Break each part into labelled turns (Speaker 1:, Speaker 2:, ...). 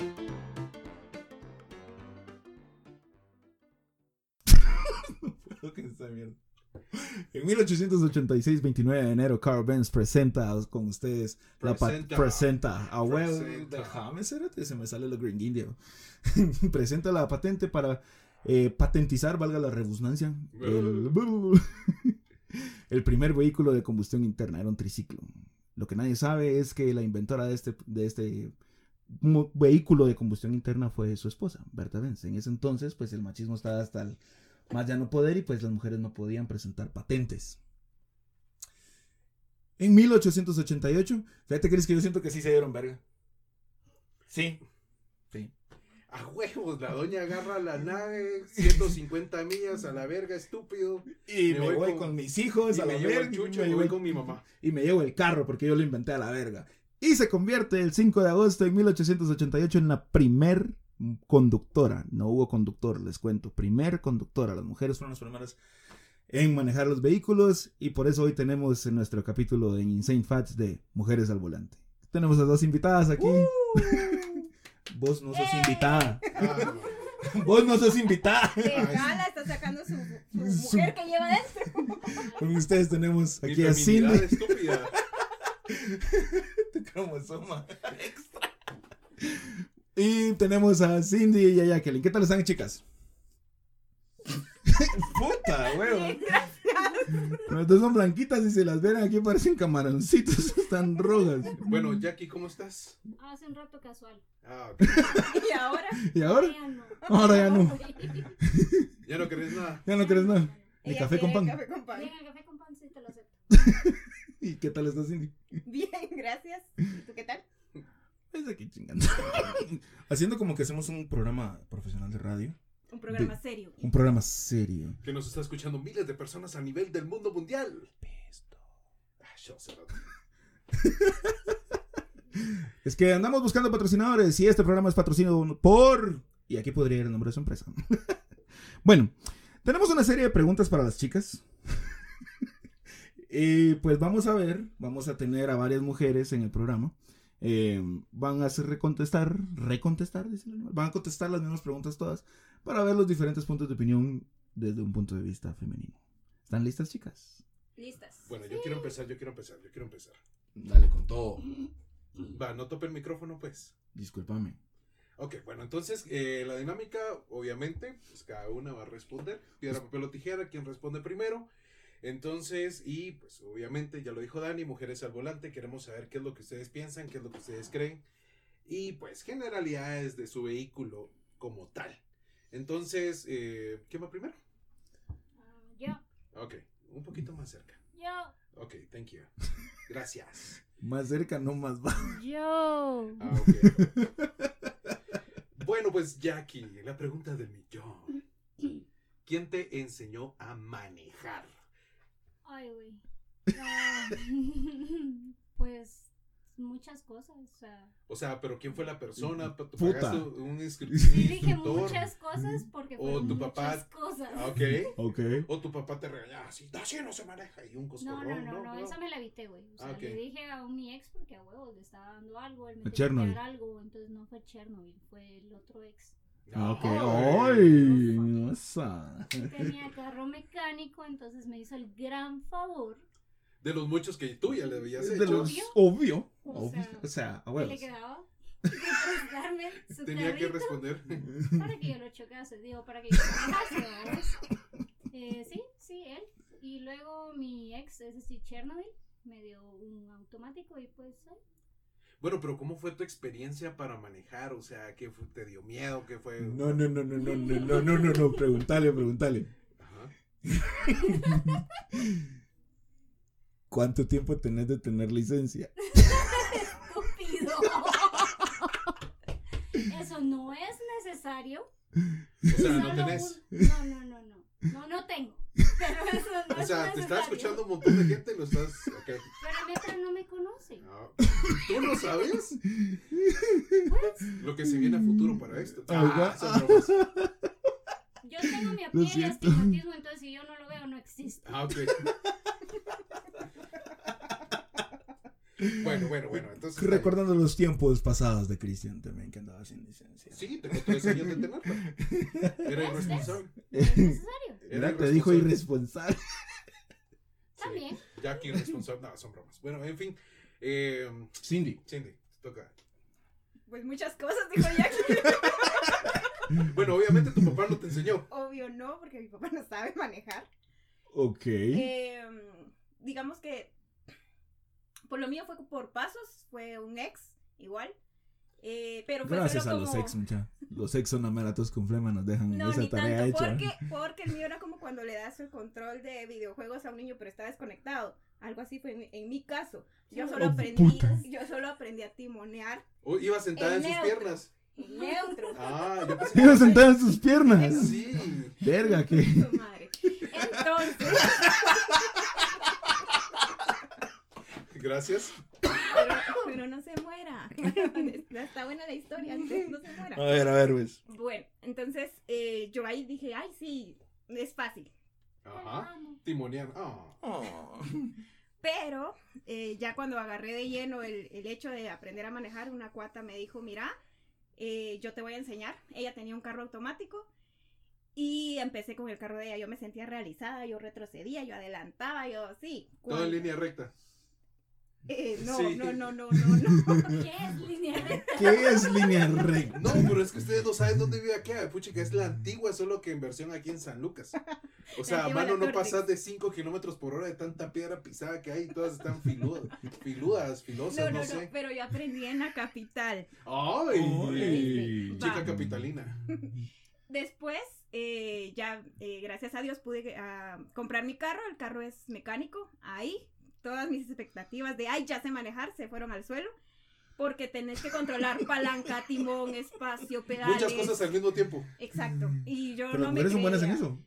Speaker 1: acuerdo que esa mierda.
Speaker 2: En 1886, 29 de enero, Carl Benz presenta con ustedes la pa-
Speaker 1: Presenta.
Speaker 2: presenta a huevo.
Speaker 1: Presenta.
Speaker 2: Déjame cérate, se me sale lo green indio. presenta la patente para eh, patentizar, valga la redundancia, el, el primer vehículo de combustión interna, era un triciclo. Lo que nadie sabe es que la inventora de este, de este mo- vehículo de combustión interna fue su esposa, Berta Benz. En ese entonces, pues el machismo estaba hasta el más ya no poder y pues las mujeres no podían presentar patentes. En 1888, fíjate, Cris, que yo siento que sí se dieron verga. Sí.
Speaker 1: A huevos, la doña agarra la nave, 150 millas a la verga, estúpido.
Speaker 2: Y
Speaker 1: Me
Speaker 2: me,
Speaker 1: voy
Speaker 2: voy,
Speaker 1: con-
Speaker 2: con, mis hijos
Speaker 1: Y
Speaker 2: a la
Speaker 1: me llevo el
Speaker 2: verga,
Speaker 1: chucho
Speaker 2: y
Speaker 1: y
Speaker 2: me
Speaker 1: voy
Speaker 2: voy-
Speaker 1: con mi mamá.
Speaker 2: y me llevo el carro porque yo lo inventé a la verga. Y se convierte el 5 de agosto de 1888 en la primer conductora. No hubo conductor, les cuento. Primer conductora. Las mujeres fueron las primeras en manejar los vehículos y por eso hoy tenemos en nuestro capítulo en Insane Facts de Mujeres al Volante. Tenemos a dos invitadas aquí.
Speaker 1: ¡Uh!
Speaker 2: Vos no
Speaker 1: ¡Eh!
Speaker 2: sos invitada.
Speaker 1: Ah,
Speaker 2: Vos no sos invitada.
Speaker 3: Déjala, está sacando su, su
Speaker 2: Su-
Speaker 3: mujer que lleva dentro.
Speaker 2: Con ustedes tenemos
Speaker 1: mi
Speaker 2: aquí a
Speaker 1: feminidad
Speaker 2: Cindy.
Speaker 1: estúpida.
Speaker 2: tu cromosoma Y tenemos a Cindy y a Jacqueline. ¿Qué tal están, chicas? Puta, weón. Las dos son blanquitas y se las ven aquí parecen camaroncitos, están rojas.
Speaker 1: Bueno, Jackie, ¿cómo estás?
Speaker 4: Hace un rato casual.
Speaker 1: Ah, ok.
Speaker 3: Y ahora,
Speaker 2: ¿Y ahora?
Speaker 4: Ya no.
Speaker 2: Ahora ya no.
Speaker 1: ya no querés nada.
Speaker 2: Ya no crees nada. Ni
Speaker 3: ella
Speaker 2: café con
Speaker 3: quiere
Speaker 2: pan.
Speaker 3: café con pan.
Speaker 4: Venga, café con pan, sí te lo acepto.
Speaker 2: ¿Y qué tal está Cindy?
Speaker 3: Bien, gracias. ¿Y tú qué tal?
Speaker 2: Es Pues aquí chingando. Haciendo como que hacemos un programa profesional de radio.
Speaker 3: Un programa serio.
Speaker 2: Un programa serio.
Speaker 1: Que nos está escuchando miles de personas a nivel del mundo mundial. Ah, yo sé.
Speaker 2: Es que andamos buscando patrocinadores y este programa es patrocinado por... Y aquí podría ir el nombre de su empresa. bueno, tenemos una serie de preguntas para las chicas. y pues vamos a ver, vamos a tener a varias mujeres en el programa. Eh, van a hacer recontestar, recontestar, dice el animal. Van a contestar las mismas preguntas todas para ver los diferentes puntos de opinión desde un punto de vista femenino. ¿Están listas, chicas?
Speaker 4: Listas.
Speaker 1: Bueno, yo quiero empezar, yo quiero empezar, yo quiero empezar.
Speaker 2: Dale con todo.
Speaker 1: Va, no tope el micrófono, pues.
Speaker 2: Discúlpame.
Speaker 1: Ok, bueno, entonces eh, la dinámica, obviamente, pues cada una va a responder. Piedra, papel o tijera, quien responde primero. Entonces, y pues obviamente, ya lo dijo Dani, mujeres al volante, queremos saber qué es lo que ustedes piensan, qué es lo que ustedes creen. Y pues generalidades de su vehículo como tal. Entonces, eh, ¿quién va primero?
Speaker 4: Ah, yo,
Speaker 1: Ok, un poquito más cerca.
Speaker 4: yo,
Speaker 1: Ok, thank you. Gracias.
Speaker 2: Más cerca, no más bajo.
Speaker 4: yo.
Speaker 1: Ah, ok. bueno, pues Jackie, la pregunta del millón. ¿Quién te enseñó a manejar?
Speaker 4: Ay, güey. Ah, pues muchas cosas. O sea,
Speaker 1: O sea, pero ¿quién fue la persona? ¿Tú
Speaker 2: Puta.
Speaker 1: pagaste un inscri-
Speaker 4: sí dije
Speaker 1: instructor?
Speaker 4: muchas cosas porque
Speaker 1: O
Speaker 4: fueron
Speaker 1: tu
Speaker 4: muchas
Speaker 1: papá-
Speaker 4: cosas.
Speaker 1: Ah, Ok.
Speaker 2: Ok.
Speaker 1: O tu papá te regañaba Ah, así, así no se maneja. Y un
Speaker 4: No,
Speaker 1: coscorrón,
Speaker 4: no, no, no, esa me la evité, güey. O sea,
Speaker 1: Ah, ok.
Speaker 4: le dije a un mi ex porque a huevos le estaba dando algo, él me
Speaker 2: A
Speaker 4: tenía que
Speaker 2: Chernobyl.
Speaker 4: dar algo, entonces no fue Chernobyl, fue el otro ex.
Speaker 2: Ah, ok.
Speaker 1: Ay.
Speaker 2: ¡Ay! ¡Nosa!
Speaker 4: Tenía carro mecánico, entonces me hizo el gran favor
Speaker 1: De los muchos que tú ya le habías
Speaker 2: Es
Speaker 1: hecho.
Speaker 2: de los obvio.
Speaker 4: O sea,
Speaker 2: obvio, O sea, a
Speaker 4: que
Speaker 2: huevos.
Speaker 4: le quedaba de prestarme su
Speaker 1: Pues. Tenía que
Speaker 4: carrito
Speaker 1: responder.
Speaker 4: para que yo lo chocase, digo, para que yo lo manejase, ¿verdad? eh, Sí, sí, él. Y luego mi ex, es decir, Chernobyl, me dio un automático y pues... ay,
Speaker 1: Bueno, pero ¿cómo fue tu experiencia para manejar? O sea, ¿qué fue- te dio miedo? ¿Qué fue?
Speaker 2: No, no, no, no, no, no, no, no, no, no. Preguntale, preguntale.
Speaker 1: Ajá.
Speaker 2: ¿Cuánto tiempo tenés de tener licencia?
Speaker 4: ¡Estúpido! Eso no es necesario.
Speaker 1: O sea, no
Speaker 4: Solo
Speaker 1: tenés.
Speaker 4: un- No, no, no, no. No, no tengo. Pero eso no
Speaker 1: O
Speaker 4: es
Speaker 1: sea, te está
Speaker 4: necesario.
Speaker 1: escuchando un montón de gente y lo estás. Ok.
Speaker 4: Pero Metra no me conoce.
Speaker 1: No. ¿Tú no sabes
Speaker 4: Pues,
Speaker 1: lo que se viene a futuro para esto?
Speaker 2: Oiga.
Speaker 1: Ah, son bromas.
Speaker 4: yo tengo mi
Speaker 2: Lo
Speaker 4: apnea y
Speaker 2: siento.
Speaker 4: astigmatismo, entonces si yo no lo veo, no existe.
Speaker 1: Ah, ok. Bueno, bueno, bueno. Entonces.
Speaker 2: Recordando los tiempos pasados de Cristian también, que andaba sin licencia.
Speaker 1: Sí, tengo tres años de tenerla. Era irresponsable.
Speaker 4: No es necesario.
Speaker 2: Mira, te dijo
Speaker 1: irresponsable.
Speaker 2: irresponsable.
Speaker 1: Sí,
Speaker 4: También.
Speaker 1: Jack irresponsable. No, son bromas. Bueno, en fin. Eh,
Speaker 2: Cindy.
Speaker 1: Cindy, te toca.
Speaker 3: Pues muchas cosas, dijo Jackie.
Speaker 1: Bueno, obviamente tu papá no te enseñó.
Speaker 3: Obvio no, porque mi papá no sabe manejar.
Speaker 2: Ok.
Speaker 3: Em, digamos que por lo mío fue por pasos, fue un ex igual. Eh, pero fue
Speaker 2: Gracias
Speaker 3: solo
Speaker 2: a los
Speaker 3: como-
Speaker 2: ex, mucha. Los ex son amaratos con flema, nos dejan
Speaker 3: No,
Speaker 2: esa
Speaker 3: ni
Speaker 2: tarea
Speaker 3: tanto,
Speaker 2: hecha.
Speaker 3: porque, porque el mío era como cuando le das el control de videojuegos a un niño pero está desconectado. Algo así fue en, en mi caso. Yo solo
Speaker 2: Oh,
Speaker 3: aprendí,
Speaker 2: putas.
Speaker 3: yo solo aprendí a timonear
Speaker 1: O iba sentada en
Speaker 3: El
Speaker 1: sus
Speaker 3: neutro.
Speaker 1: piernas.
Speaker 3: en neutro.
Speaker 1: Ah, yo pensé.
Speaker 2: Iba sentada en sus piernas.
Speaker 1: Sí.
Speaker 2: Verga, que.
Speaker 3: Su madre. Entonces,
Speaker 1: Gracias.
Speaker 3: pero, pero no se muera. Está buena la historia, antes no se muera.
Speaker 2: ver, a ver, pues.
Speaker 3: Bueno, entonces eh, yo ahí dije, ay, sí, es fácil.
Speaker 1: Ajá.
Speaker 4: Amo.
Speaker 1: Timonean. Ah.
Speaker 2: Oh.
Speaker 3: Pero eh, ya cuando agarré de lleno el, el hecho de aprender a manejar, una cuata me dijo, mira, eh, yo te voy a enseñar. Ella tenía un carro automático y empecé con el carro de ella. Yo me sentía realizada, yo retrocedía, yo adelantaba, yo sí.
Speaker 1: Todo
Speaker 3: cuando-
Speaker 1: en línea recta.
Speaker 3: Eh, no,
Speaker 1: Sí.
Speaker 3: no, no, no, no, no.
Speaker 4: ¿Qué es línea recta?
Speaker 2: ¿Qué es línea recta?
Speaker 1: No, pero es que ustedes no saben dónde vive aquí. Puchica, es la antigua, solo que en versión aquí en San Lucas. O sea,
Speaker 3: La
Speaker 1: a
Speaker 3: antigua
Speaker 1: mano
Speaker 3: La
Speaker 1: no
Speaker 3: Torre.
Speaker 1: pasas de 5 kilómetros por hora de tanta piedra pisada que hay. Todas están filudas, filudas,
Speaker 3: No,
Speaker 1: filosas,
Speaker 3: no,
Speaker 1: no,
Speaker 3: no,
Speaker 1: sé.
Speaker 3: pero yo aprendí en la capital.
Speaker 1: ¡Ay! Chica
Speaker 3: eh, Va.
Speaker 1: capitalina.
Speaker 3: Después, eh, ya, eh, gracias a Dios, pude ah, comprar mi carro. El carro es mecánico. Ahí, todas mis expectativas de, ay, ya sé manejar, se fueron al suelo. Porque tenés que controlar palanca, timón, espacio, pedales.
Speaker 1: Muchas cosas al mismo tiempo.
Speaker 3: Exacto. Y yo
Speaker 2: Pero
Speaker 3: no
Speaker 2: las
Speaker 3: me
Speaker 2: mujeres son buenas en
Speaker 3: creía.
Speaker 2: eso.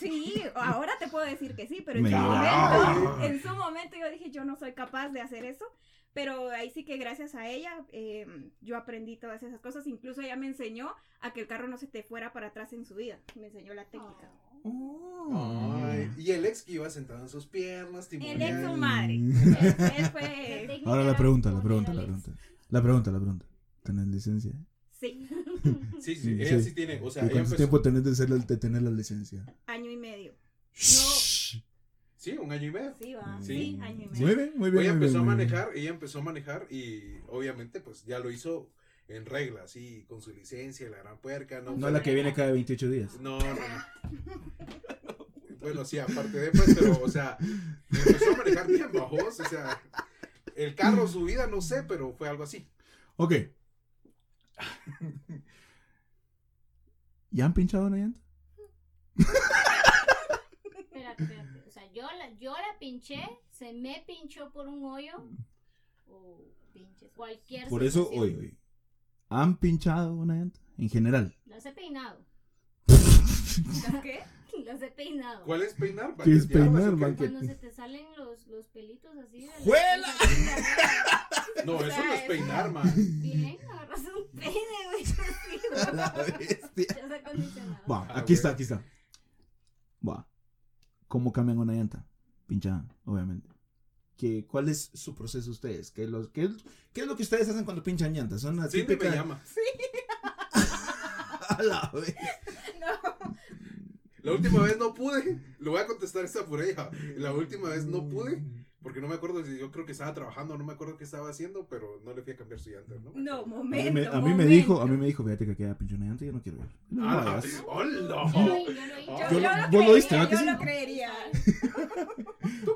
Speaker 3: Sí, ahora te puedo decir que sí, pero en
Speaker 2: Me
Speaker 3: su,
Speaker 2: cago.
Speaker 3: momento, en su momento yo dije, yo no soy capaz de hacer eso, pero ahí sí que gracias a ella eh, yo aprendí todas esas cosas, incluso ella me enseñó a que el carro no se te fuera para atrás en subida, me enseñó la técnica.
Speaker 1: Ay, y el ex que iba sentado en sus piernas,
Speaker 3: Mm. El ex su
Speaker 1: timoneando.
Speaker 3: madre. Él
Speaker 4: La
Speaker 3: fue...
Speaker 4: técnica
Speaker 2: Ahora la
Speaker 4: era
Speaker 2: pregunta, la
Speaker 4: poner
Speaker 2: pregunta, la
Speaker 4: al ex.
Speaker 2: pregunta. La pregunta, la pregunta. ¿Tenés licencia?
Speaker 3: Sí,
Speaker 1: Sí, sí, ella sí tiene. O sea,
Speaker 2: ¿Y
Speaker 1: ella
Speaker 2: ¿Cuánto
Speaker 1: empezó-
Speaker 2: tiempo tenés de, ser la- de tener la licencia?
Speaker 3: año y medio.
Speaker 1: Sí, un año y medio.
Speaker 3: Sí, va.
Speaker 1: Sí.
Speaker 3: Sí, año y
Speaker 2: Muy
Speaker 3: medio.
Speaker 2: bien, muy bien. muy bien,
Speaker 1: Ella empezó a
Speaker 2: muy bien.
Speaker 1: manejar, ella empezó a manejar y obviamente pues ya lo hizo en regla, así, con su licencia, la gran puerca, no.
Speaker 2: No la que viene cada 28 días.
Speaker 1: No, no, no. Bueno, sí, aparte de pues, pero, o sea, empezó a manejar bien bajos, o sea, el carro, su vida, no sé, pero fue algo así.
Speaker 2: Ok. ¿Ya han pinchado una llanta?
Speaker 4: Espérate, espérate. O sea, yo la, yo la pinché, se me pinchó por un hoyo. O Oh, pinches. Cualquier
Speaker 2: Por eso
Speaker 4: situación.
Speaker 2: hoy, hoy. ¿Han pinchado una llanta? En general.
Speaker 4: Las he peinado.
Speaker 3: ¿Sabes ¿Qué?
Speaker 4: Las he peinado.
Speaker 1: ¿Cuál es peinar?
Speaker 2: ¿Qué es
Speaker 1: ¿Banquetearlas
Speaker 2: peinar,
Speaker 1: o qué?
Speaker 2: banque-
Speaker 4: Cuando se te salen los, los pelitos así. de la-
Speaker 2: ¡Juela!
Speaker 1: No, eso no es peinar, man.
Speaker 4: Bien, agarras un peine, güey. así, güey.
Speaker 2: La bestia.
Speaker 4: Ya está acondicionado.
Speaker 2: Va,
Speaker 1: Ah,
Speaker 2: aquí está,
Speaker 1: güey.
Speaker 2: aquí está. Va. ¿Cómo cambian una llanta? Pinchada, obviamente. ¿Qué, ¿Cuál es su proceso ustedes? ¿Qué, los, qué, qué es lo que ustedes hacen cuando pinchan llantas? Son las
Speaker 1: Sí, me
Speaker 2: típicas...
Speaker 1: llama.
Speaker 2: A la vez.
Speaker 3: No,
Speaker 1: La última vez no pude, lo voy a contestar esta por ella. La última vez no pude, porque no me acuerdo si yo creo que estaba trabajando, no me acuerdo qué estaba haciendo, pero no le fui a cambiar su llanta, ¿no?
Speaker 3: no,
Speaker 2: A mí, me,
Speaker 3: momento.
Speaker 2: a mí me dijo, a mí me dijo, fíjate que aquella pinchó una llanta y yo no quiero ir. No,
Speaker 1: Ah,
Speaker 2: vayas.
Speaker 1: ¡Hola!
Speaker 4: Yo lo, yo lo hice.
Speaker 1: Yo
Speaker 3: Yo, yo
Speaker 2: lo-
Speaker 3: lo
Speaker 2: vos lo
Speaker 3: creería,
Speaker 2: viste, ¿verdad que
Speaker 3: yo
Speaker 2: sí?
Speaker 3: lo creería.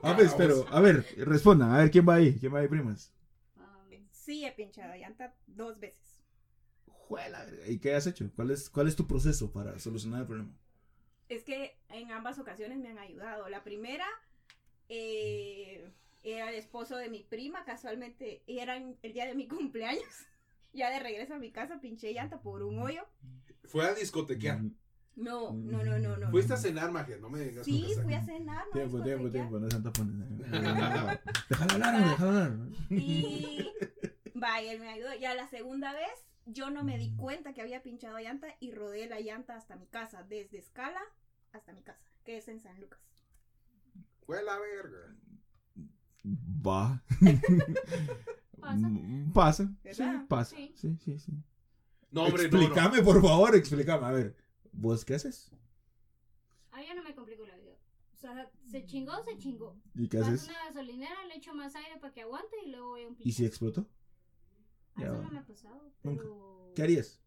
Speaker 2: A ver, pero, a ver, respondan, a ver, ¿quién va ahí? ¿Quién va ahí, primas?
Speaker 4: Um,
Speaker 3: Sí, he pinchado llanta dos veces.
Speaker 2: Juela, ¿Y qué has hecho? ¿Cuál es, ¿Cuál es tu proceso para solucionar el problema?
Speaker 3: Es que en ambas ocasiones me han ayudado. La primera eh, era el esposo de mi prima, casualmente era en- el día de mi cumpleaños. Ya de regreso a mi casa pinché llanta por un hoyo.
Speaker 1: Fue a
Speaker 2: Mm,
Speaker 1: discotequear.
Speaker 3: No, no, no, no, no.
Speaker 1: Fuiste a cenar, magia, no me digas
Speaker 3: Sí,
Speaker 1: con
Speaker 3: fui a
Speaker 1: casaca.
Speaker 3: cenar. no
Speaker 2: Tiempo, tiempo,
Speaker 3: discotequear.
Speaker 2: tiempo, no sean tapones. Déjalo hablar, hombre, déjalo hablar.
Speaker 3: Y va, y él me ayudó. Ya la segunda vez yo no me
Speaker 2: Mm.
Speaker 3: di cuenta que había pinchado llanta y rodé la llanta hasta mi casa, desde Escala hasta mi casa, que es en San Lucas.
Speaker 1: Fue la verga.
Speaker 2: Va. Mm, Pasa.
Speaker 4: Pasa.
Speaker 2: Sí,
Speaker 3: ¿Verdad?
Speaker 2: pasa.
Speaker 4: Sí.
Speaker 2: Sí, sí, sí.
Speaker 1: No, hombre, no, no.
Speaker 2: explícame, por favor, explícame. A ver, ¿vos qué haces?
Speaker 4: A mí ya Ah, no me complicó la vida. O sea, se chingó, se chingó.
Speaker 2: ¿Y qué
Speaker 4: Paso
Speaker 2: haces?
Speaker 4: una gasolinera, le echo más aire para que aguante y luego voy a un
Speaker 2: ¿Y si
Speaker 4: pinche.
Speaker 2: explotó?
Speaker 4: Ah, Eso
Speaker 2: Ya.
Speaker 4: no me ha pasado.
Speaker 2: Nunca.
Speaker 4: Pero...
Speaker 2: ¿Qué harías?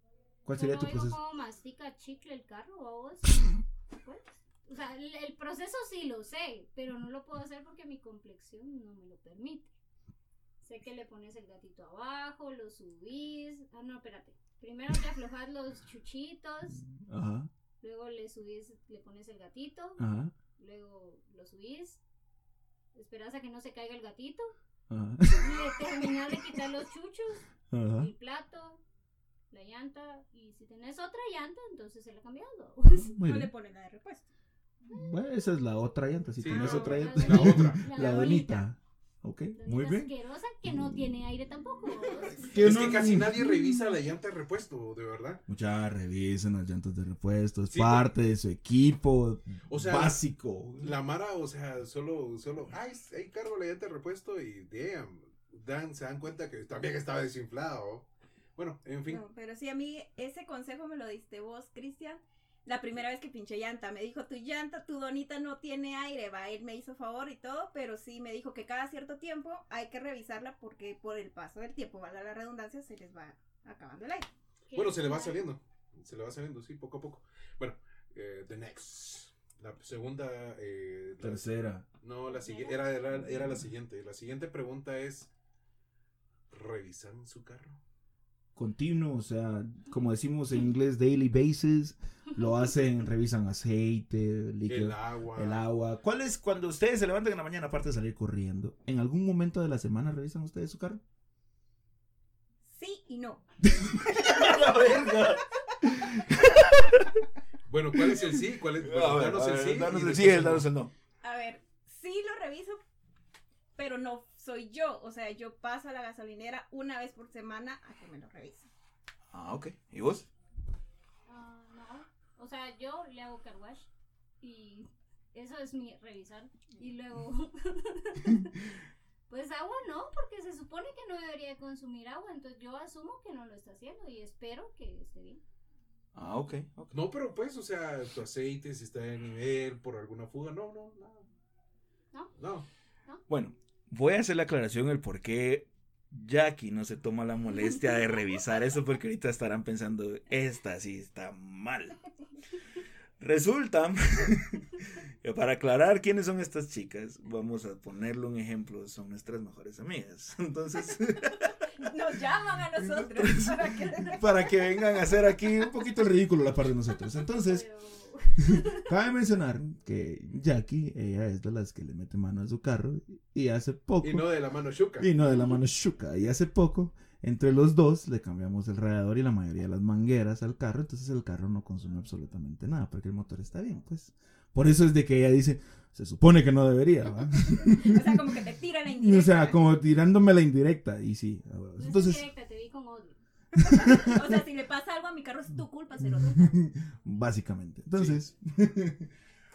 Speaker 2: ¿Cuál sería
Speaker 4: Solo
Speaker 2: tu
Speaker 4: oigo
Speaker 2: proceso?
Speaker 4: cómo mastica chicle el carro, babos. Pues, o sea, el, el proceso sí lo sé, pero no lo puedo hacer porque mi complexión no me lo permite. Sé que le pones el gatito abajo, lo subís. Ah, no, espérate. Primero te aflojas los chuchitos,
Speaker 2: Ajá,
Speaker 4: luego le subís, le pones el gatito,
Speaker 2: ajá,
Speaker 4: luego lo subís. Esperas a que no se caiga el gatito.
Speaker 2: ajá,
Speaker 4: Le terminas de quitar los chuchos
Speaker 2: ajá.
Speaker 4: el plato, la llanta, y si tenés otra llanta, entonces se la cambias. ¿no?
Speaker 2: Muy
Speaker 3: no le
Speaker 2: bien.
Speaker 3: ponen la de repuesto.
Speaker 2: Bueno, esa es la otra llanta. Si
Speaker 1: Sí,
Speaker 2: tienes
Speaker 1: no,
Speaker 2: otra
Speaker 4: la
Speaker 2: llanta.
Speaker 1: La otra.
Speaker 4: La
Speaker 2: La
Speaker 4: donita.
Speaker 2: donita. Ok,
Speaker 4: La
Speaker 2: muy bien. Mm.
Speaker 4: llanta asquerosa que no tiene aire tampoco. ¿no?
Speaker 1: Es que casi nadie revisa la llanta de repuesto, de verdad.
Speaker 2: Muchas revisan las llantas de repuesto, es
Speaker 1: Sí,
Speaker 2: parte de su equipo
Speaker 1: O sea,
Speaker 2: básico.
Speaker 1: La Mara, o sea, solo, solo, ay, s- ahí cargo la llanta de repuesto y damn, dan, se dan cuenta que también estaba desinflado. Bueno, en fin.
Speaker 3: No, pero sí, a mí ese consejo me lo diste vos, Cristian. La primera vez que pinché llanta, me dijo, tu llanta, tu donita no tiene aire, va, él me hizo favor y todo, pero sí me dijo que cada cierto tiempo hay que revisarla porque por el paso del tiempo, valga la redundancia, se les va acabando el aire.
Speaker 4: Que-
Speaker 1: Bueno, se le va saliendo. Se le va saliendo, sí, poco a poco. Bueno, eh, The Next. La segunda. eh, la-
Speaker 2: Tercera.
Speaker 1: no, la siguiente. Era, era, era la siguiente. La siguiente pregunta es: ¿Revisan su carro?
Speaker 2: Continuo, o sea, como decimos en inglés, daily basis. Lo hacen, revisan aceite, líquido,
Speaker 1: El
Speaker 2: el,
Speaker 1: agua.
Speaker 2: agua. ¿Cuál es cuando ustedes se levantan en la mañana, aparte de salir corriendo? ¿En algún momento de la semana revisan ustedes su carro?
Speaker 3: Sí y no.
Speaker 2: la verga!
Speaker 1: Bueno, ¿cuál es el sí? ¿Cuál es, bueno, Pues, danos el sí. y después el no.
Speaker 2: no.
Speaker 3: A ver, sí lo reviso, pero no soy yo. O sea, yo paso a la gasolinera una vez por semana a que me lo revise.
Speaker 2: Ah, ok. ¿Y vos?
Speaker 4: Ah, no. O sea, yo le hago car wash y eso es mi revisar. Y luego. Pues agua no, porque se supone que no debería consumir agua, entonces yo asumo que no lo está haciendo y espero que esté bien.
Speaker 2: Ah, ok.
Speaker 1: No, pero pues, o sea, tu aceite, si está de nivel, por alguna fuga, no, no, no.
Speaker 4: ¿No?
Speaker 1: No.
Speaker 5: Bueno, voy a hacer la aclaración el por qué Jackie no se toma la molestia de revisar eso, porque ahorita estarán pensando, esta sí está mal. Resulta, que para aclarar quiénes son estas chicas, vamos a ponerle un ejemplo, son nuestras mejores amigas. Entonces,
Speaker 3: Nos llaman a nosotros para que
Speaker 2: Para que vengan a hacer aquí un poquito el ridículo la parte de nosotros. Entonces,
Speaker 4: Pero pues,
Speaker 2: cabe mencionar que Jackie, ella es de las que le mete mano a su carro y hace poco.
Speaker 1: Y no de la mano yuca.
Speaker 2: Y no de la mano Shuka. Y hace poco, entre los dos, le cambiamos el radiador y la mayoría de las mangueras al carro. Entonces el carro no consume absolutamente nada porque el motor está bien, pues. Por eso es de que ella dice, se supone que no debería, ¿va?".
Speaker 3: O sea, como que te tiran la
Speaker 2: O
Speaker 3: indirecta.
Speaker 2: sea, como tirándome la indirecta. Y sí, a huevos.
Speaker 4: no Entonces,
Speaker 2: entonces,
Speaker 4: directa, te vi con odio.
Speaker 3: O sea, si le pasa algo a mi carro es tu culpa, ser
Speaker 2: básicamente. Entonces,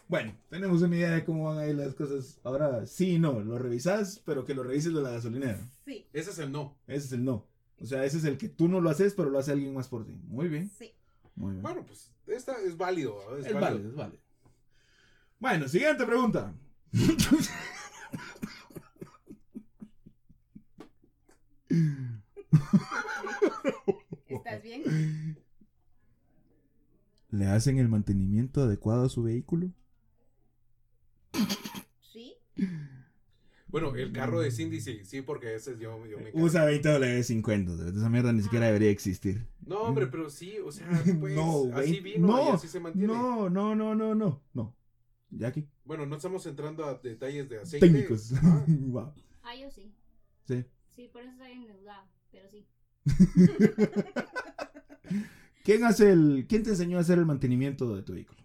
Speaker 2: bueno, tenemos una idea de cómo van a ir las cosas. Ahora, sí y no, lo revisas, pero que lo revises de la gasolinera.
Speaker 3: Sí,
Speaker 1: Ese es el no.
Speaker 2: Ese es el no. O sea, ese es el que tú no lo haces, pero lo hace alguien más por ti. Muy bien,
Speaker 3: sí.
Speaker 2: muy bien.
Speaker 1: Bueno, pues, esta es válido. ¿no? Es,
Speaker 2: Es
Speaker 1: válido.
Speaker 2: válido, es válido. Bueno, siguiente pregunta.
Speaker 3: ¿Estás bien?
Speaker 2: ¿Le hacen el mantenimiento adecuado a su vehículo?
Speaker 3: Sí.
Speaker 1: Bueno, el carro
Speaker 2: Mm.
Speaker 1: de Cindy sí, sí, porque ese es yo, yo me encargo.
Speaker 2: Usa 20 dólares 50. de verdad, Esa mierda ni siquiera debería existir.
Speaker 1: No, hombre, pero sí, o sea, pues,
Speaker 2: No, güey,
Speaker 1: así vino y
Speaker 2: no,
Speaker 1: así se mantiene.
Speaker 2: No, no, no, no, no. No. Jackie,
Speaker 1: Bueno, no estamos entrando a detalles de aceite.
Speaker 2: técnicos.
Speaker 1: Ah,
Speaker 2: Wow.
Speaker 4: Ah, yo sí.
Speaker 2: Sí.
Speaker 4: Sí, por eso estoy endeudada, pero sí.
Speaker 2: ¿Quién, hace el, ¿Quién te enseñó a hacer el mantenimiento de tu vehículo?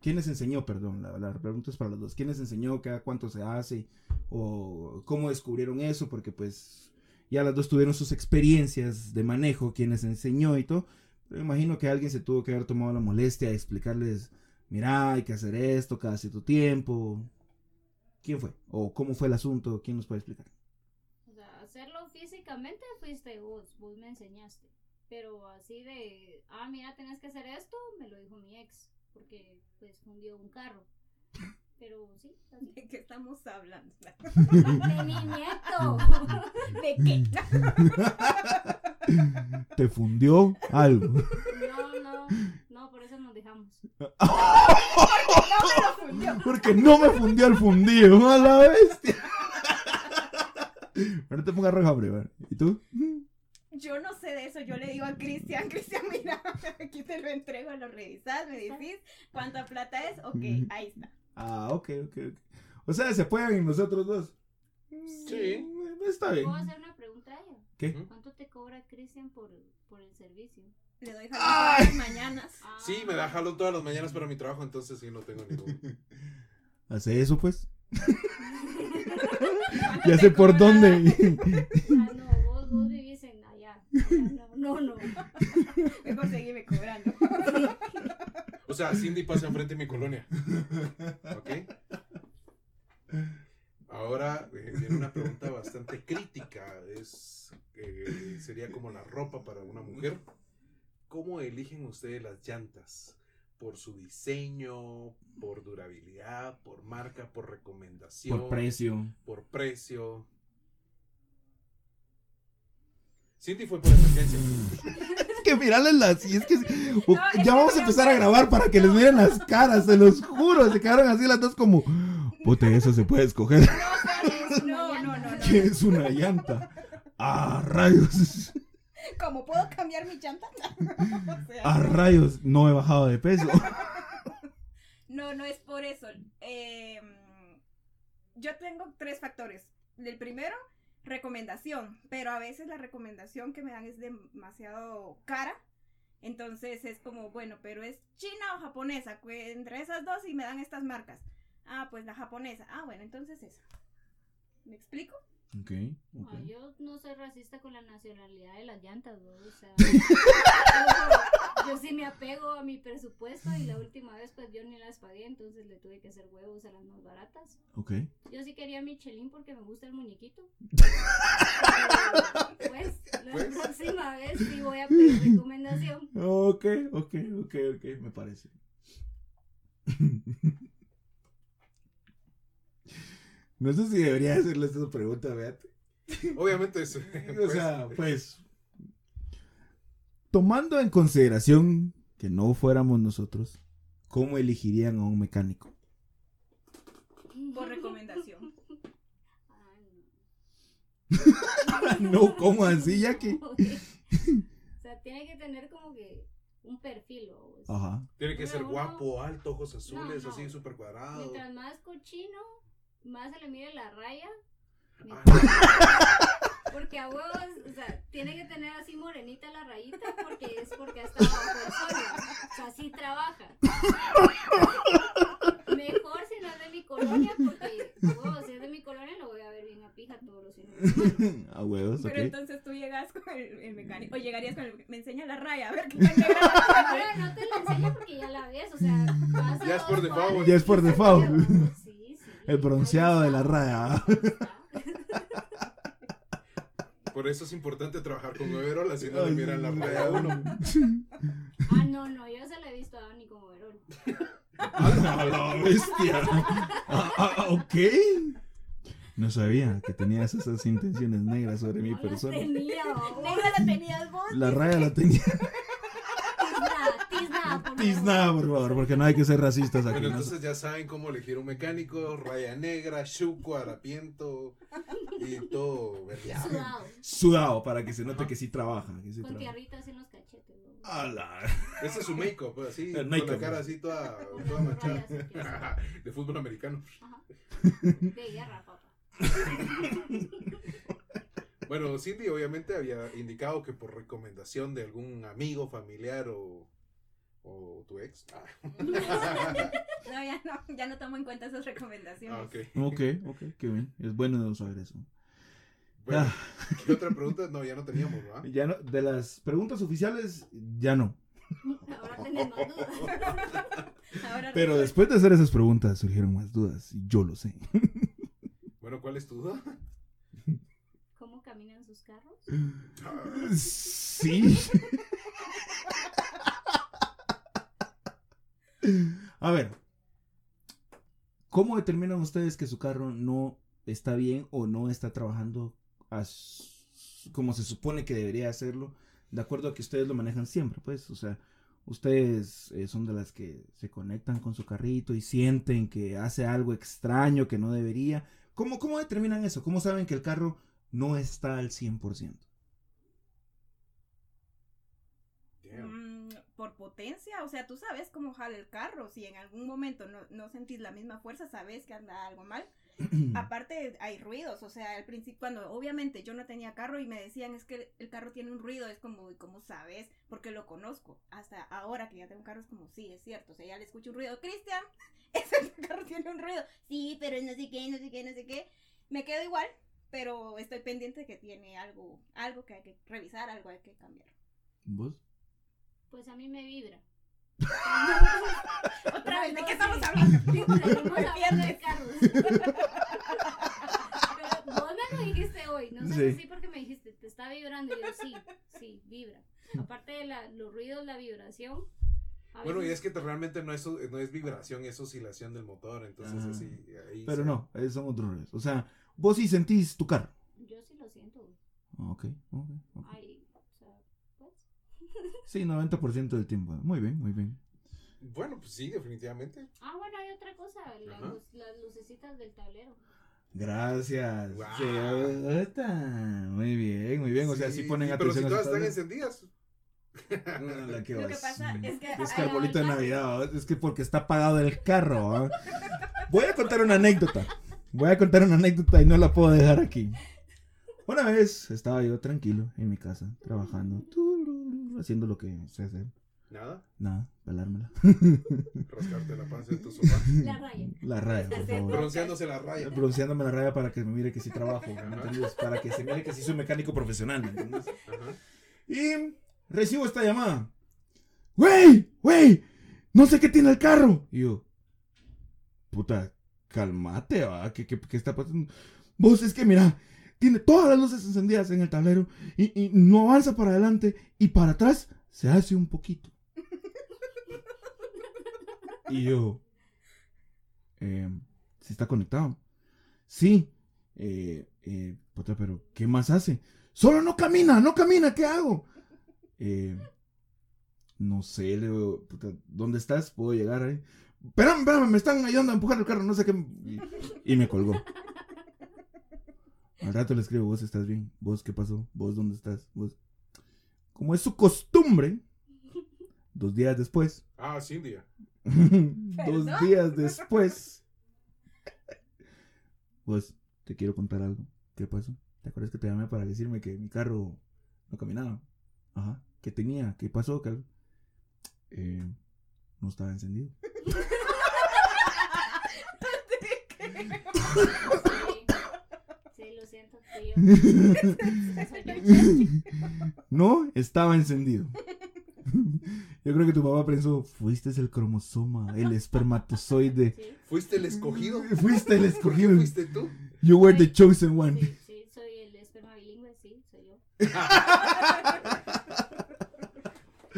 Speaker 2: ¿Quién les enseñó, perdón, la, la pregunta es para los dos? ¿Quién les enseñó cada cuánto se hace? ¿O cómo descubrieron eso? Porque pues ya las dos tuvieron sus experiencias de manejo, quién les enseñó y todo. Pero imagino que alguien se tuvo que haber tomado la molestia de explicarles, mira, hay que hacer esto cada cierto tiempo. ¿Quién fue? ¿O cómo fue el asunto? ¿Quién nos puede explicar?
Speaker 4: O sea, hacerlo físicamente fuiste vos, vos me enseñaste. Pero así de, ah, mira, tenés que hacer esto, me lo dijo mi ex. porque pues fundió un carro. Pero sí, así.
Speaker 3: ¿De qué estamos hablando?
Speaker 4: ¡De mi nieto!
Speaker 3: ¿De qué?
Speaker 2: Te fundió algo.
Speaker 4: No, no, no, por eso nos dejamos.
Speaker 3: No me lo fundió.
Speaker 2: Porque no me fundió el fundido, mala bestia. Ahora te pongas roja, hombre. ¿vale? ¿Y tú?
Speaker 3: Yo no sé de eso, yo le digo a Cristian, Cristian, mira, aquí te lo entrego, lo revisas, me decís cuánta plata es, ok, ahí está.
Speaker 2: Ah, ok, ok, ok. O sea, se pueden nosotros dos.
Speaker 1: Sí.
Speaker 2: Está bien.
Speaker 4: ¿Puedo hacer una pregunta a ella?
Speaker 2: ¿Qué?
Speaker 4: ¿Cuánto te cobra Cristian por, por el servicio?
Speaker 3: Le doy jalón todas las mañanas.
Speaker 4: Ah,
Speaker 1: Sí, me da jalón todas las mañanas para mi trabajo, entonces sí, no tengo ningún.
Speaker 2: Hace eso, pues.
Speaker 3: ¿Cuánto
Speaker 2: Ya
Speaker 3: te
Speaker 2: sé por
Speaker 3: cobra?
Speaker 2: dónde.
Speaker 4: Ah, no, vos, vos vivís en allá. allá no, no, no.
Speaker 3: Mejor seguirme cobrando.
Speaker 1: O sea, Cindy pasa enfrente de mi colonia. ¿Ok? Ahora eh, viene una pregunta bastante crítica. Es, eh, sería como la ropa para una mujer. ¿Cómo eligen ustedes las llantas? ¿Por su diseño? ¿Por durabilidad? ¿Por marca? ¿Por recomendación?
Speaker 2: Por precio.
Speaker 1: por precio. Cindy fue por emergencia.
Speaker 2: Es que mirarles las. y es que. o-
Speaker 3: No, es
Speaker 2: ya
Speaker 3: que
Speaker 2: vamos a
Speaker 3: no
Speaker 2: empezar a
Speaker 3: veo.
Speaker 2: grabar para que les miren las caras, se los juro. Se quedaron así las dos como. Puta, eso se puede escoger.
Speaker 3: No, no, no, no.
Speaker 2: ¿Qué es una llanta? Ah, rayos.
Speaker 3: ¿Cómo puedo cambiar mi llanta? O sea,
Speaker 2: Ah, rayos. No he bajado de peso.
Speaker 3: no, no es por eso. Eh, yo tengo tres factores. El primero, recomendación, pero a veces la recomendación que me dan es demasiado cara. Entonces es como, bueno, pero es china o japonesa. cu- Entre esas dos y me dan estas marcas. Ah, pues la japonesa. Ah, bueno, entonces esa. ¿Me explico?
Speaker 2: Ok. ok.
Speaker 4: Ah, yo no soy racista con la nacionalidad de las llantas, vos, o sea, yo, yo sí me apego a mi presupuesto y la última vez pues yo ni las pagué, entonces le tuve que hacer huevos a las más baratas.
Speaker 2: Ok.
Speaker 4: Yo sí quería Michelin porque me gusta el muñequito. Pero, pues, la
Speaker 1: Pues.
Speaker 4: próxima vez sí voy a pedir recomendación.
Speaker 2: Ok, ok, ok, ok. Me parece. No sé si debería hacerle esta pregunta, Beate.
Speaker 1: Obviamente es.
Speaker 2: O
Speaker 1: eh.
Speaker 2: sea, pues. Tomando en consideración que no fuéramos nosotros, ¿cómo elegirían a un mecánico?
Speaker 3: Por recomendación.
Speaker 4: Ah,
Speaker 2: No, ¿cómo así, Jackie?
Speaker 4: o sea, tiene que tener como que un perfil, vos.
Speaker 2: Ajá.
Speaker 1: Tiene que ser
Speaker 4: Uno,
Speaker 1: guapo, alto, ojos azules,
Speaker 4: No, no.
Speaker 1: así súper cuadrado.
Speaker 4: Mientras más cochino, más se le mide la raya.
Speaker 1: Ah,
Speaker 4: Porque a huevos, o sea, tiene que tener así morenita la rayita porque es porque ha estado bajo el sol. O sea, así trabaja. Mejor si no es de mi colonia porque, a huevos, si es de mi colonia lo voy a ver bien a pija todos los fines de semana.
Speaker 2: A huevos,
Speaker 3: Pero
Speaker 2: ok.
Speaker 3: entonces tú llegas con el, el mecánico, o llegarías con el, me enseña la raya, a ver qué tan negra va a ser".
Speaker 4: Ahora no te la enseño porque ya la ves, o sea, vas a
Speaker 1: Ya es por
Speaker 4: dos
Speaker 1: default.
Speaker 4: cuadras
Speaker 2: Ya es
Speaker 4: y
Speaker 2: por
Speaker 4: se
Speaker 2: default.
Speaker 4: queda. Sí, sí.
Speaker 2: El bronceado de la
Speaker 4: Ahí
Speaker 2: raya.
Speaker 4: está.
Speaker 1: Por eso es importante trabajar con Everol, así no le miran la raya a uno.
Speaker 4: Ah, no, no, yo se la he visto a Dani como verón.
Speaker 2: A la bestia. Ah, ah, ah, ok. No sabía que tenías esas intenciones negras sobre mi
Speaker 4: No la
Speaker 2: persona.
Speaker 4: tenía, babos.
Speaker 3: Negra la tenías vos.
Speaker 2: La raya la tenía.
Speaker 4: Tizna, tizna, por
Speaker 2: Tizna, por favor, porque no hay que ser racistas aquí.
Speaker 1: Bueno,
Speaker 2: ¿no?
Speaker 1: entonces ya saben cómo elegir un mecánico: raya negra, chuco, harapiento y todo verdeado.
Speaker 4: Sudado.
Speaker 2: Sudado, para que se note que sí trabaja. Que sí
Speaker 4: Con
Speaker 2: trabaja.
Speaker 4: tierrita así en los cachetes. ¿no?
Speaker 2: A la-
Speaker 1: Ese es su make-up, así,
Speaker 2: El
Speaker 1: con
Speaker 2: make-up.
Speaker 1: la cara así toda,
Speaker 4: Con
Speaker 1: toda
Speaker 4: las rayas
Speaker 1: manchada.
Speaker 4: aquí, así.
Speaker 1: De fútbol americano.
Speaker 4: Ajá. De guerra, papá.
Speaker 1: Bueno, Cindy obviamente había indicado que por recomendación de algún amigo, familiar o, o tu ex. Ah,
Speaker 3: No, ya no, ya no tomo en cuenta esas recomendaciones.
Speaker 1: ah, ok.
Speaker 2: Ok, ok, qué bien. Es bueno saber eso.
Speaker 1: Bueno,
Speaker 2: Ah.
Speaker 1: ¿qué otra pregunta? No, ya no teníamos, ¿verdad?
Speaker 2: Ya no, de las preguntas oficiales, ya no.
Speaker 4: Ahora tenés más dudas.
Speaker 3: Ahora
Speaker 2: Pero
Speaker 3: resulta-
Speaker 2: después de hacer esas preguntas surgieron más dudas, y yo lo sé.
Speaker 1: Bueno, ¿cuál es tu duda?
Speaker 4: ¿Cómo caminan sus carros?
Speaker 2: Sí. A ver. ¿Cómo determinan ustedes que su carro no está bien o no está trabajando a s- como se supone que debería hacerlo? De acuerdo a que ustedes lo manejan siempre, pues. O sea, ustedes eh, son de las que se conectan con su carrito y sienten que hace algo extraño que no debería. ¿Cómo, cómo determinan eso? ¿Cómo saben que el carro no está al 100%?
Speaker 1: Damn.
Speaker 3: Mm, por potencia, o sea, tú sabes cómo jala el carro, si en algún momento no, no sentís la misma fuerza, sabes que anda algo mal. Aparte hay ruidos, o sea, al principio, cuando obviamente yo no tenía carro y me decían es que el carro tiene un ruido, es como, ¿cómo sabes? Porque lo conozco. Hasta ahora que ya tengo un carro es como, sí, es cierto, o sea, ya le escucho un ruido, Cristian, ese carro tiene un ruido, sí, pero no sé qué, no sé qué, no sé qué. Me quedo igual, pero estoy pendiente de que tiene algo, algo que hay que revisar, algo hay que cambiar.
Speaker 2: ¿Vos?
Speaker 4: Pues a mí me vibra.
Speaker 3: Otra vez, ¿de
Speaker 4: No
Speaker 3: qué
Speaker 4: sé.
Speaker 3: estamos hablando?
Speaker 4: Seguimos
Speaker 3: Me
Speaker 4: hablando de
Speaker 3: pierdes.
Speaker 4: carros. Pero vos me lo dijiste hoy, no sé
Speaker 2: Sí.
Speaker 4: si sí porque me dijiste, te está vibrando. Y yo, sí, sí, vibra. Aparte de la- los ruidos, la vibración. a
Speaker 1: Bueno, y es
Speaker 4: veces-
Speaker 1: que te- realmente no es, no es vibración, es oscilación del motor, entonces
Speaker 2: Ah.
Speaker 1: así... Ahí
Speaker 2: Pero
Speaker 1: se-
Speaker 2: no, eh, son otros roles. O sea, vos sí sentís tu carro.
Speaker 4: Yo sí lo siento. güey.
Speaker 2: Ah, Ok, ok, ok.
Speaker 4: Ay, o sea, pues.
Speaker 2: Sí, 90% del tiempo. Muy bien, muy bien.
Speaker 1: Bueno, pues sí, definitivamente.
Speaker 4: Ah, bueno, hay otra cosa, la
Speaker 1: Ajá.
Speaker 4: luz- las lucecitas del tablero.
Speaker 2: Gracias.
Speaker 1: Guau.
Speaker 2: Sí, ahí está. muy bien, muy bien. O sea, sí, ponen
Speaker 1: Pero si
Speaker 2: atención.
Speaker 1: todas
Speaker 2: a
Speaker 1: están
Speaker 2: sus
Speaker 1: encendidas.
Speaker 2: tablas. No, la que
Speaker 3: Lo
Speaker 2: vas. Mm.
Speaker 3: que pasa es que
Speaker 2: Es que
Speaker 4: Ah,
Speaker 2: arbolito de
Speaker 4: ya.
Speaker 2: Navidad, ¿va? es que porque está apagado el carro. ¿va? Voy a contar una anécdota. Voy a contar una anécdota y no la puedo dejar aquí. Una vez estaba yo tranquilo en mi casa, trabajando, tururú, haciendo lo que sé hacer.
Speaker 1: Nada,
Speaker 2: Nada, pelármela.
Speaker 1: rascarte la panza en tu sofá.
Speaker 4: La raya.
Speaker 2: La raya, por favor.
Speaker 1: Bronceándose la raya.
Speaker 2: Pronunciándome la raya para que me mire que sí trabajo, ¿me entiendes? Para que se mire que sí soy mecánico profesional, ¿me entiendes?
Speaker 1: Ajá.
Speaker 2: Y recibo esta llamada. ¡Güey! ¡Güey! No sé qué tiene el carro. Y yo, puta, calmate, va. ¿Qué, qué, qué está pasando? Vos es que mira, tiene todas las luces encendidas en el tablero y, y no avanza para adelante y para atrás se hace un poquito. Y yo, em, ¿sí está conectado? Sí. Eh, eh, puta, pero ¿qué más hace? Solo no camina, no camina, ¿qué hago? Eh, no sé, le digo, puta, ¿dónde estás? ¿Puedo llegar ahí? Espérame, espérame, me están ayudando a empujar el carro, no sé qué. Y, y me colgó. Al rato le escribo, vos estás bien, vos qué pasó, vos dónde estás, vos. Como es su costumbre, dos días después,
Speaker 1: Ah, Cindy.
Speaker 2: dos días después, vos, te quiero contar algo. ¿Qué pasó? ¿Te acuerdas que te llamé para decirme que mi carro no caminaba? Ajá. ¿Qué tenía? ¿Qué pasó? Cal? Eh, no estaba encendido.
Speaker 4: Sí. Sí, lo siento, fui yo. Soy yo.
Speaker 2: no estaba encendido. Yo creo que tu papá pensó, fuiste el cromosoma, el espermatozoide.
Speaker 4: Sí,
Speaker 1: ¿Fuiste el escogido?
Speaker 2: Fuiste el
Speaker 1: ¿Por qué
Speaker 2: escogido.
Speaker 1: fuiste tú?
Speaker 2: You were the chosen one.
Speaker 4: sí, sí, soy el esperma bilingüe, sí, soy yo.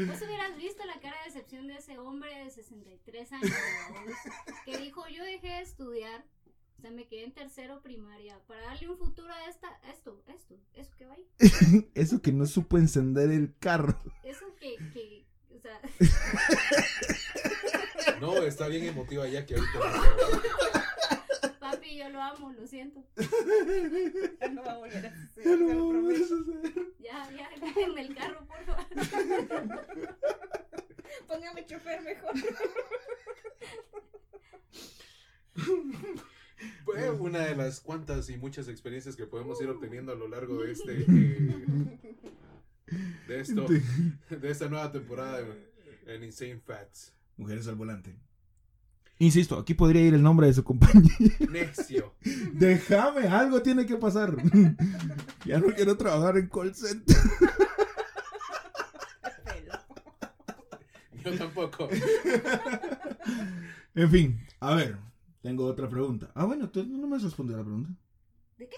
Speaker 4: Vos hubieras visto la cara de decepción de ese hombre de 63 años vamos, que dijo yo dejé de estudiar, o sea, me quedé en tercero primaria para darle un futuro a esta, a esto, a esto, eso que va ahí,
Speaker 2: Eso que no supo encender el carro.
Speaker 4: eso que, que, o sea,
Speaker 1: No, está bien emotiva ya que ahorita. no sé.
Speaker 4: papi yo lo amo, lo siento,
Speaker 3: Ya no va a volver a
Speaker 2: Ya no
Speaker 3: suceder, te lo
Speaker 2: va a volver a
Speaker 3: prometo.
Speaker 2: suceder.
Speaker 4: ya, ya, quítenme el carro por favor,
Speaker 3: Póngame chofer mejor.
Speaker 1: Fue una de las cuantas y muchas experiencias que podemos ir obteniendo a lo largo de este. eh, de esto. De esta nueva temporada en- en Insane Facts.
Speaker 2: Mujeres al volante. Insisto, aquí podría ir el nombre de su compañía.
Speaker 1: Necio.
Speaker 2: Déjame, algo tiene que pasar. ya no quiero trabajar en call center.
Speaker 1: Yo tampoco.
Speaker 2: En fin, a ver, tengo otra pregunta. Ah, bueno, tú no me has respondido la pregunta.
Speaker 3: ¿De
Speaker 2: qué?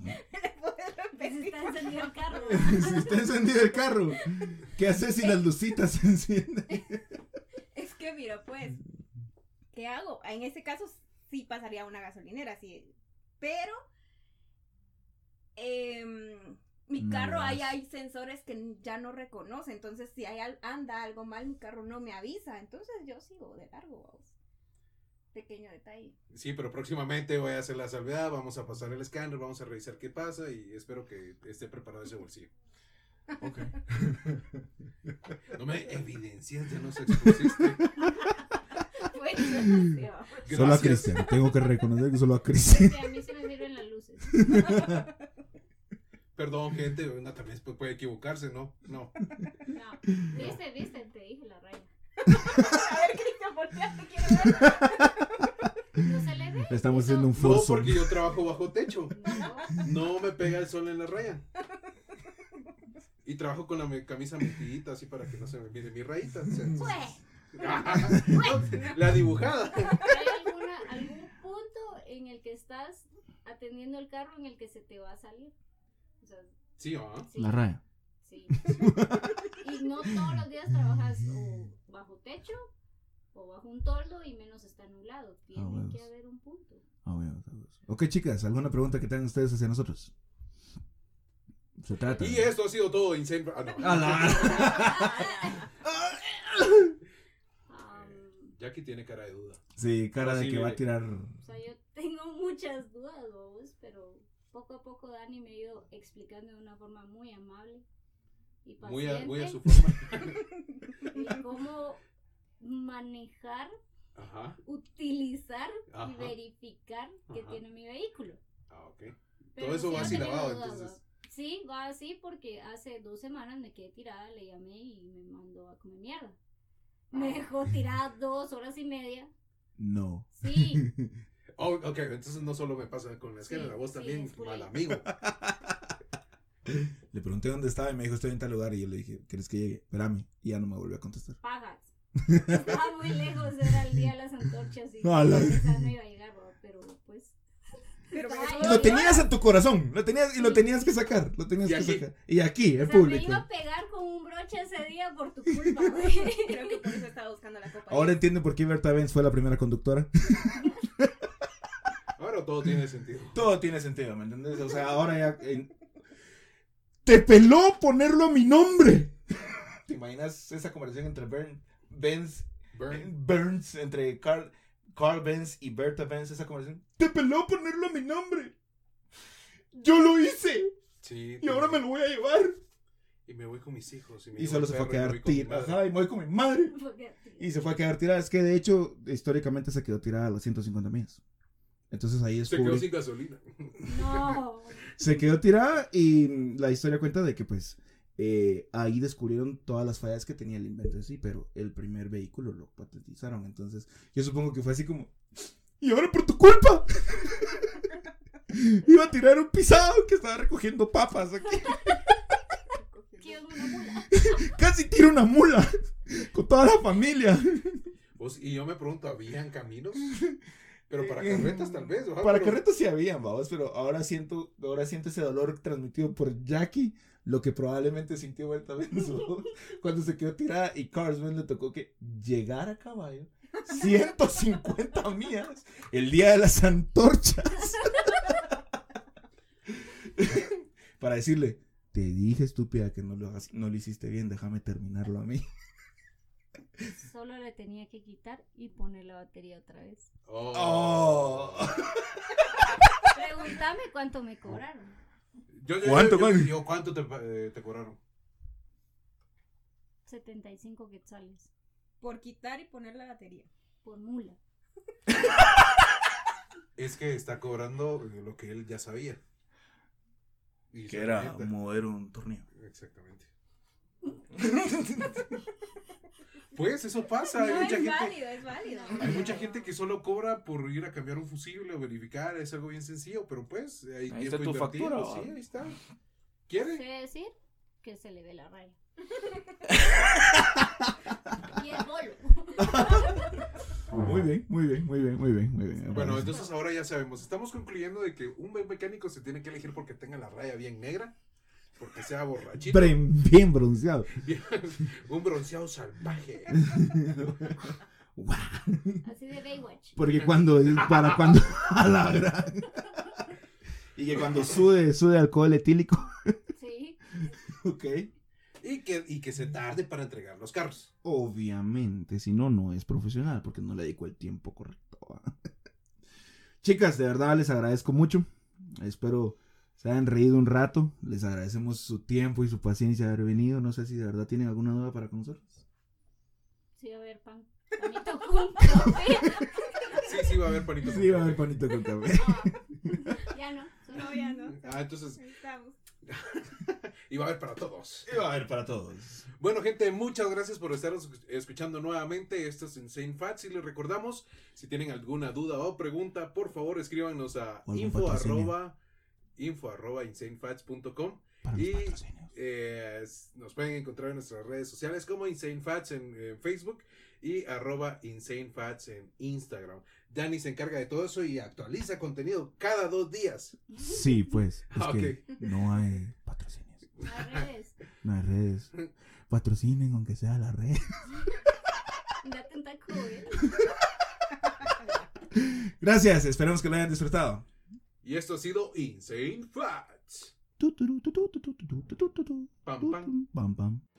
Speaker 3: ¿Me la puedes repetir?
Speaker 4: está encendido el carro.
Speaker 2: si está encendido el carro, ¿qué haces si las lucitas se encienden?
Speaker 3: Es que mira, pues, ¿qué hago? En este caso sí pasaría a una gasolinera, sí. Pero em, mi
Speaker 2: No
Speaker 3: carro ahí
Speaker 2: gas.
Speaker 3: hay sensores que ya no reconoce. Entonces, si hay al- anda algo mal, mi carro no me avisa. Entonces yo sigo de largo, vamos. Pequeño detalle.
Speaker 1: Sí, pero próximamente voy a hacer la salvedad, vamos a pasar el escáner, vamos a revisar qué pasa y espero que esté preparado ese bolsillo.
Speaker 2: Ok.
Speaker 1: No me evidencias, ya nos expusiste.
Speaker 3: Pues, yo no sé, vamos.
Speaker 2: Solo a
Speaker 1: Gracias.
Speaker 2: Cristian, tengo que reconocer que solo a Cristian.
Speaker 4: Sí, a mí se me sirven las luces.
Speaker 1: Perdón, gente, una también pu- puede equivocarse, ¿no? No.
Speaker 4: No. Viste, viste, te dije la raya.
Speaker 3: A ver, Cristian, ¿por qué te quiero ver?
Speaker 4: No se le ve.
Speaker 2: Estamos haciendo un
Speaker 1: No,
Speaker 2: foso.
Speaker 1: porque yo trabajo bajo techo.
Speaker 4: No.
Speaker 1: No me pega el sol en la raya. Y trabajo con la me- camisa metidita así para que no se me mire mi rayita. o sea,
Speaker 4: Pues,
Speaker 1: la dibujada.
Speaker 4: ¿hay alguna, algún punto en el que estás atendiendo el carro en el que se te va a salir? O sea,
Speaker 1: Sí, ¿ah?
Speaker 4: sí,
Speaker 2: La raya.
Speaker 4: sí. Y no todos los días trabajas o bajo techo o bajo un toldo y menos está nublado. Tiene
Speaker 2: huevos.
Speaker 4: que haber un punto.
Speaker 2: Ah, bueno, está bien. Ok, chicas, ¿alguna pregunta que tengan ustedes hacia nosotros? Se trata.
Speaker 1: Y esto ha sido todo. Incendio. Ah, no.
Speaker 2: A la-
Speaker 4: Am,
Speaker 1: Jackie tiene cara de duda.
Speaker 2: Sí, cara de que va a tirar.
Speaker 4: O sea, yo tengo muchas dudas, vos, pero poco a poco Dani me ha ido explicando de una forma muy amable y paciente
Speaker 1: Muy a, muy a su forma.
Speaker 4: y cómo manejar,
Speaker 1: Ajá.
Speaker 4: utilizar y
Speaker 1: Ajá.
Speaker 4: verificar que
Speaker 1: Ajá.
Speaker 4: tiene mi vehículo.
Speaker 1: Ah, ok.
Speaker 4: Pero
Speaker 1: Todo eso
Speaker 4: sigo
Speaker 1: va así
Speaker 4: teniendo
Speaker 1: lavado,
Speaker 4: dudas,
Speaker 1: entonces.
Speaker 4: ¿va? Sí, va así porque hace dos semanas me quedé tirada, le llamé y me mandó a comer mierda. Me
Speaker 1: Ah.
Speaker 4: dejó tirada dos horas y media.
Speaker 2: No.
Speaker 4: Sí,
Speaker 1: Oh, ok, entonces no solo me pasa con la escala,
Speaker 4: Sí,
Speaker 1: la voz
Speaker 4: sí,
Speaker 1: también,
Speaker 4: es por
Speaker 1: mal
Speaker 4: ahí.
Speaker 1: amigo.
Speaker 2: Le pregunté dónde estaba y me dijo, estoy en tal lugar. Y yo le dije, ¿quieres que llegue? Espérame. Y ya no me volvió a contestar.
Speaker 4: pagas. Estaba muy lejos, era el día de las antorchas y
Speaker 1: Ah,
Speaker 2: A la-
Speaker 4: quizás no iba a llegar, ¿verdad? pero pues
Speaker 3: Pero me dejó
Speaker 4: Ay,
Speaker 2: Lo
Speaker 3: dos
Speaker 2: tenías en tu corazón. Lo tenías, y lo tenías que sacar. Lo tenías
Speaker 1: Y
Speaker 2: que
Speaker 1: aquí.
Speaker 2: sacar. Y aquí,
Speaker 4: o
Speaker 2: en
Speaker 4: sea, me
Speaker 2: público.
Speaker 4: iba a pegar con un broche ese día por tu culpa, güey.
Speaker 3: horas. Creo que por eso estaba buscando la copa.
Speaker 2: Ahora entiendo por qué Berta Benz fue la primera conductora.
Speaker 1: Ahora todo tiene sentido.
Speaker 2: Todo tiene sentido, ¿me entiendes? O sea, ahora ya. eh, ¡Te peló ponerlo a mi nombre! ¿Te imaginas esa conversación entre Bern- Benz,
Speaker 1: Burn.
Speaker 2: Burns, entre Carl, Carl Benz y Berta Benz, esa conversación? ¡Te peló ponerlo a mi nombre! ¡Yo lo hice!
Speaker 1: Sí.
Speaker 2: ¡Y ahora me lo voy a llevar!
Speaker 1: Y me voy con mis hijos. Y, me
Speaker 2: Y
Speaker 1: llevo
Speaker 2: solo
Speaker 1: el
Speaker 2: se fue a
Speaker 1: perro y me
Speaker 2: quedar
Speaker 1: voy con mi
Speaker 2: tirada.
Speaker 1: madre.
Speaker 2: Ajá, y me voy con mi madre.
Speaker 4: Porque-
Speaker 2: Y se fue a quedar tirada. Es que de hecho, históricamente se quedó tirada a las 150 millas. Entonces ahí es
Speaker 1: Se quedó sin gasolina.
Speaker 4: No,
Speaker 2: se quedó tirada y la historia cuenta de que pues eh, ahí descubrieron todas las fallas que tenía el invento en sí, pero el primer vehículo lo patentizaron. Entonces yo supongo que fue así como, y ahora por tu culpa. Iba a tirar un pisado que estaba recogiendo papas. aquí.
Speaker 4: quiero una mula.
Speaker 2: Casi tiro una mula con toda la familia.
Speaker 1: Vos- Pues, y yo me pregunto, ¿habían caminos? Pero para carretas tal vez. ¿verdad?
Speaker 2: Para
Speaker 1: Pero-
Speaker 2: carretas sí habían, vamos, pero ahora siento, ahora siento ese dolor transmitido por Jackie, lo que probablemente sintió Berta Benz ¿vamos? cuando se quedó tirada y Carlsman le tocó que llegar a caballo 150 millas el día de las antorchas para decirle, te dije estúpida que no lo hagas, no lo hiciste bien, déjame terminarlo a mí.
Speaker 4: Solo le tenía que quitar y poner la batería otra vez.
Speaker 1: Oh.
Speaker 4: Pregúntame cuánto me cobraron.
Speaker 1: Yo- yo-
Speaker 2: ¿Cuánto,
Speaker 1: yo- yo-
Speaker 2: cuánto?
Speaker 1: yo, ¿Cuánto te, eh, te cobraron?
Speaker 4: 75 quetzales
Speaker 3: Por quitar y poner la batería.
Speaker 4: por mula.
Speaker 1: Es que está cobrando eh, lo que él ya sabía. Y
Speaker 5: Que
Speaker 1: se
Speaker 5: era
Speaker 1: avienta.
Speaker 5: mover un tornillo.
Speaker 1: Exactamente. Pues eso pasa. Hay
Speaker 3: no, es
Speaker 1: mucha gente.
Speaker 3: válido, es válido.
Speaker 1: Hay mucha gente que solo cobra por ir a cambiar un fusible o verificar, es algo bien sencillo, pero pues hay
Speaker 5: Ahí está tu
Speaker 1: invertido,
Speaker 5: factura,
Speaker 1: Sí,
Speaker 5: va.
Speaker 1: ahí está.
Speaker 4: Sé
Speaker 1: ¿Quiere?
Speaker 4: decir que se le ve la raya. y el bolo.
Speaker 2: Muy bien, muy bien, muy bien, muy bien, muy bien.
Speaker 1: Bueno, entonces ahora ya sabemos, estamos concluyendo de que un buen mecánico se tiene que elegir porque tenga la raya bien negra porque sea borrachito.
Speaker 2: Pre- bien bronceado.
Speaker 1: un bronceado salvaje.
Speaker 2: Guau,
Speaker 4: Así de Baywatch.
Speaker 2: Porque cuando, para cuando, a la gran- Y que cuando sude, sude alcohol etílico.
Speaker 4: Sí.
Speaker 2: Ok.
Speaker 1: Y que, y que se tarde para entregar los carros.
Speaker 2: Obviamente, si no, no es profesional porque no le dedicó el tiempo correcto. ¿va? Chicas, de verdad les agradezco mucho. Espero se hayan reído un rato. Les agradecemos su tiempo y su paciencia de haber venido. No sé si de verdad tienen alguna duda para con nosotros.
Speaker 4: Sí, a ver, pan. Panito con café.
Speaker 1: Sí, sí, va a haber panito. con
Speaker 2: Sí, va a haber
Speaker 1: café.
Speaker 2: panito con café.
Speaker 4: Ah, ya no. Solo
Speaker 3: No, ya no.
Speaker 1: Ah, entonces,
Speaker 3: Estamos.
Speaker 1: y va a haber para todos.
Speaker 2: Y va a haber para todos.
Speaker 1: Bueno, gente, muchas gracias por estar escuchando nuevamente. Esto es Insane Facts y les recordamos, si tienen alguna duda o pregunta, por favor escríbanos a
Speaker 2: O algún
Speaker 1: info
Speaker 2: patrocinio.
Speaker 1: arroba, info arroba insanefacts.com.
Speaker 2: Para los
Speaker 1: Y-
Speaker 2: patrocinios.
Speaker 1: Eh, s- nos pueden encontrar en nuestras redes sociales como Insane Facts en, en Facebook y arroba Insane Facts en Instagram. Dani se encarga de todo eso y actualiza contenido cada dos días.
Speaker 2: Sí, pues. Es
Speaker 1: Ah,
Speaker 2: que no hay patrocinios.
Speaker 4: al revés.
Speaker 2: No hay redes. Patrocinen aunque sea la red.
Speaker 4: Date un taco, ¿eh?
Speaker 2: Gracias, esperemos que lo hayan disfrutado.
Speaker 1: Y esto ha sido Insane Facts.
Speaker 2: Tu, tu, tu, tu, tu, tu, tu, tu, tu, tu, tu, tu.
Speaker 1: Pam, pam.
Speaker 2: Pam, pam.